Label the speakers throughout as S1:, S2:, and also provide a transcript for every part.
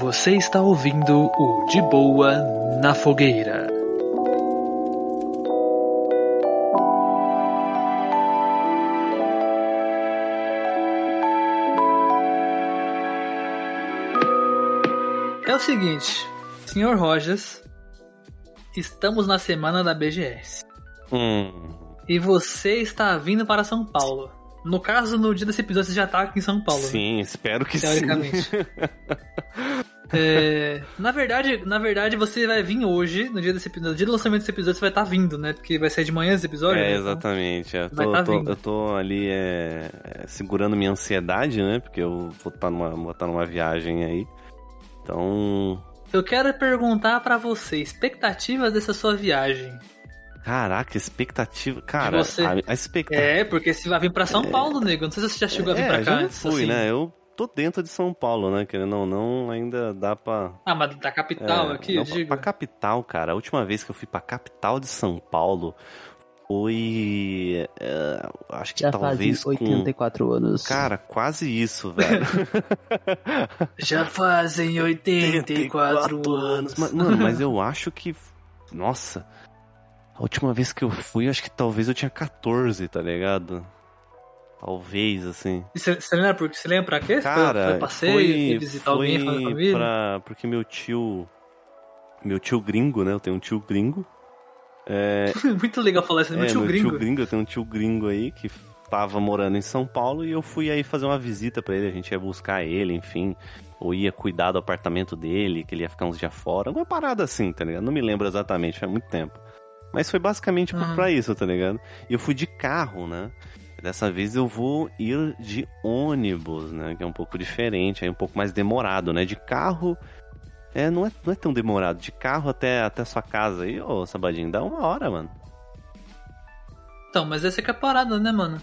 S1: Você está ouvindo o De Boa na Fogueira.
S2: É o seguinte, senhor Rogers, estamos na semana da BGS
S3: Hum,
S2: e você está vindo para São Paulo. No caso, no dia desse episódio, você já está aqui em São Paulo. né?
S3: sim, espero que sim.
S2: Teoricamente. É, na verdade, na verdade, você vai vir hoje, no dia desse episódio, no dia do lançamento desse episódio, você vai estar vindo, né? Porque vai sair de manhã esse episódio.
S3: É,
S2: né?
S3: exatamente. Eu
S2: Vai
S3: tô,
S2: tá
S3: tô-
S2: vindo.
S3: eu tô ali é, é, segurando minha ansiedade, né? Porque eu vou estar numa, vou tá numa viagem aí. Então.
S2: Eu quero perguntar pra você, expectativas dessa sua viagem.
S3: Caraca, expectativa. Cara,
S2: você.
S3: a, a expectativa.
S2: É, porque você vai vir pra São Paulo, nego. Não sei se você já chegou a vir pra
S3: eu
S2: cá.
S3: É, já
S2: antes,
S3: fui,
S2: assim.
S3: né? Eu tô dentro de São Paulo, né? Querendo ou não, ainda dá pra.
S2: Ah, mas da capital
S3: É,
S2: aqui,
S3: não,
S2: eu
S3: pra-
S2: digo.
S3: Pra capital, cara. A última vez que eu fui pra capital de São Paulo foi. é, acho que
S4: Já
S3: talvez
S4: fazia
S3: com.
S4: 84 anos.
S3: Cara, quase isso, velho.
S2: Já fazem 84, anos.
S3: Mas, mano, mas eu acho que. Nossa. A última vez que eu fui, acho que talvez eu tinha 14, tá ligado? Talvez, assim.
S2: E Você você lembra, por- você lembra pra quê? Você foi-
S3: Cara,
S2: foi passeio, foi visitar alguém, fazer
S3: foi
S2: família?
S3: pra- porque meu tio, meu tio gringo, né? Eu tenho um tio gringo. É,
S2: Muito legal falar isso,
S3: é,
S2: meu tio gringo.
S3: eu tenho um tio gringo aí que tava morando em São Paulo e eu fui aí fazer uma visita pra ele. A gente ia buscar ele, enfim, ou ia cuidar do apartamento dele, que ele ia ficar uns dias fora, uma parada assim, tá ligado? Não me lembro exatamente, faz muito tempo. Mas foi basicamente por-
S2: Uhum.
S3: pra isso, tá ligado? E eu fui de carro, né? Dessa vez eu vou ir de ônibus, né? Que é um pouco diferente, aí um pouco mais demorado, né? De carro. É, não é, não é tão demorado. De carro até, até a sua casa aí, ô Sabadinho, dá uma hora, mano.
S2: Então, mas essa que é a parada, né, mano?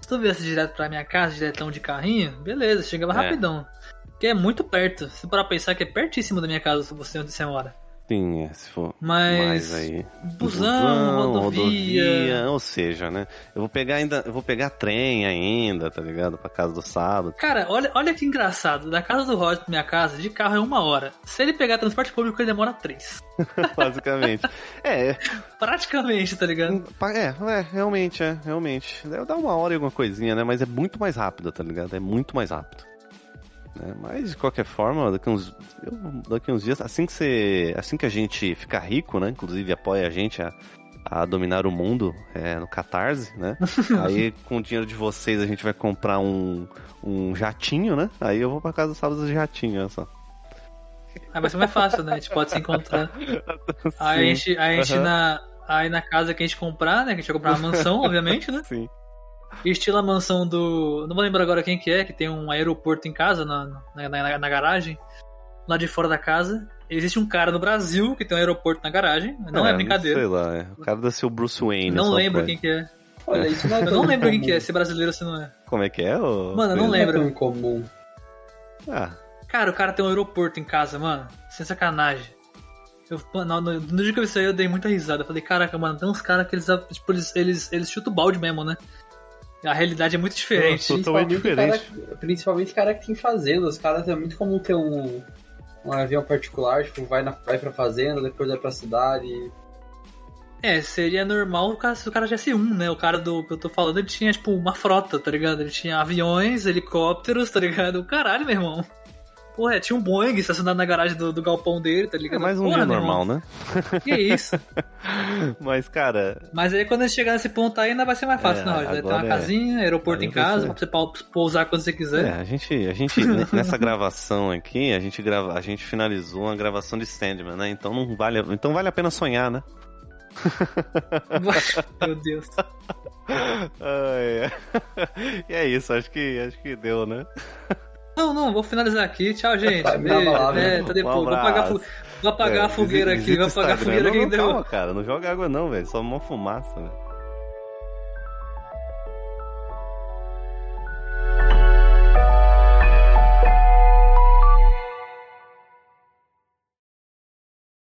S2: Se tu viesse direto pra minha casa, diretão de carrinho, beleza, chegava
S3: É.
S2: rapidão. Porque é muito perto. Se parar pra pensar que é pertíssimo da minha casa, se você onde você mora.
S3: Sim, é, se for mais
S2: Mas.
S3: aí.
S2: Busão, rodovia.
S3: Ou seja, né? Eu vou pegar ainda. Eu vou pegar trem ainda, tá ligado? Pra casa do sábado.
S2: Cara, olha, olha que engraçado. Da casa do Roger pra minha casa, de carro é uma hora. Se ele pegar transporte público, ele demora três.
S3: Basicamente. é, é,
S2: Praticamente, tá ligado?
S3: é, é, realmente, é, realmente. Deve dar uma hora e alguma coisinha, né? Mas é muito mais rápido, tá ligado? É muito mais rápido. Né? Mas de qualquer forma, daqui uns, eu, daqui uns dias, assim que você. Assim que a gente ficar rico, né? Inclusive apoia a gente a, a dominar o mundo é, no Catarse, né? Aí com o dinheiro de vocês a gente vai comprar um, um jatinho, né? Aí eu vou pra casa sábado de jatinho, olha só.
S2: Aí vai ser mais fácil, né? A gente pode se encontrar. Aí a
S3: Sim,
S2: gente, aí a gente
S3: Aham.
S2: na. Aí na casa que a gente comprar, né? Que a gente vai comprar uma mansão, obviamente, né?
S3: Sim.
S2: Estilo a mansão do. Não vou lembrar agora quem que é, que tem um aeroporto em casa, na, na, na- na garagem. Lá de fora da casa. Existe um cara no Brasil que tem um aeroporto na garagem. Não é, brincadeira.
S3: Sei lá, é. o cara deve ser o Bruce Wayne.
S2: Não
S3: só
S2: lembro
S3: pode.
S2: quem que é.
S5: Olha, isso não é
S2: Eu
S5: tão
S2: não lembro quem
S5: incomum.
S2: que é, se é brasileiro ou se não é.
S3: Como é que é? ô?
S2: Mano, eu não
S3: Cris?
S5: Não é
S2: lembro.
S5: tão incomum.
S3: Ah,
S2: Cara, o cara tem um aeroporto em casa, mano. Sem sacanagem. Eu, mano, no, no dia que eu vi isso aí, eu dei muita risada. Eu falei, caraca, mano, tem uns caras que eles, tipo, eles, eles, eles chutam o balde mesmo, né? A realidade é muito diferente.
S3: Nossa, totalmente
S5: Principalmente
S3: diferente.
S5: Cara, principalmente cara que tem fazenda. Os caras é muito comum ter um, um avião particular, tipo, vai, na, vai pra fazenda, depois vai pra cidade.
S2: É, seria normal o cara- se o cara tivesse um, né? O cara do que eu tô falando, ele tinha, tipo, uma frota, tá ligado? Ele tinha aviões, helicópteros, tá ligado? Caralho, meu irmão. Porra, é, tinha um Boeing estacionado na garagem do, do galpão dele, tá
S3: é
S2: ligado?
S3: mais um
S2: Porra,
S3: dia
S2: meu
S3: normal,
S2: irmão,
S3: né?
S2: Que é isso.
S3: Mas, cara,
S2: Mas aí quando a gente chegar nesse ponto aí, ainda vai ser mais fácil,
S3: É,
S2: né, Roger? Vai ter uma
S3: agora é-
S2: casinha, aeroporto em
S3: agora vai
S2: casa,
S3: ser-
S2: pra você pau- pousar quando você quiser.
S3: é, a gente, a gente n- nessa gravação aqui, a gente grava, a gente finalizou uma gravação de Sandman, né? Então não vale, então vale a pena sonhar, né? É.
S2: Meu Deus.
S3: Ai, é. E é isso, acho que acho que deu, né?
S2: Não, não, vou finalizar aqui. Tchau, gente.
S5: Tá, tá
S2: Beijo.
S5: balada,
S2: É,
S5: né?
S2: tá
S3: Um
S2: depois. Vou apagar, a fu- vou apagar
S3: É,
S2: a fogueira
S3: visita-
S2: aqui. Vou
S3: visita
S2: apagar a
S3: Instagram.
S2: fogueira é
S3: não,
S2: aqui. então.
S3: não,
S2: deu.
S3: calma, cara, não joga água não, velho, só mó fumaça, velho.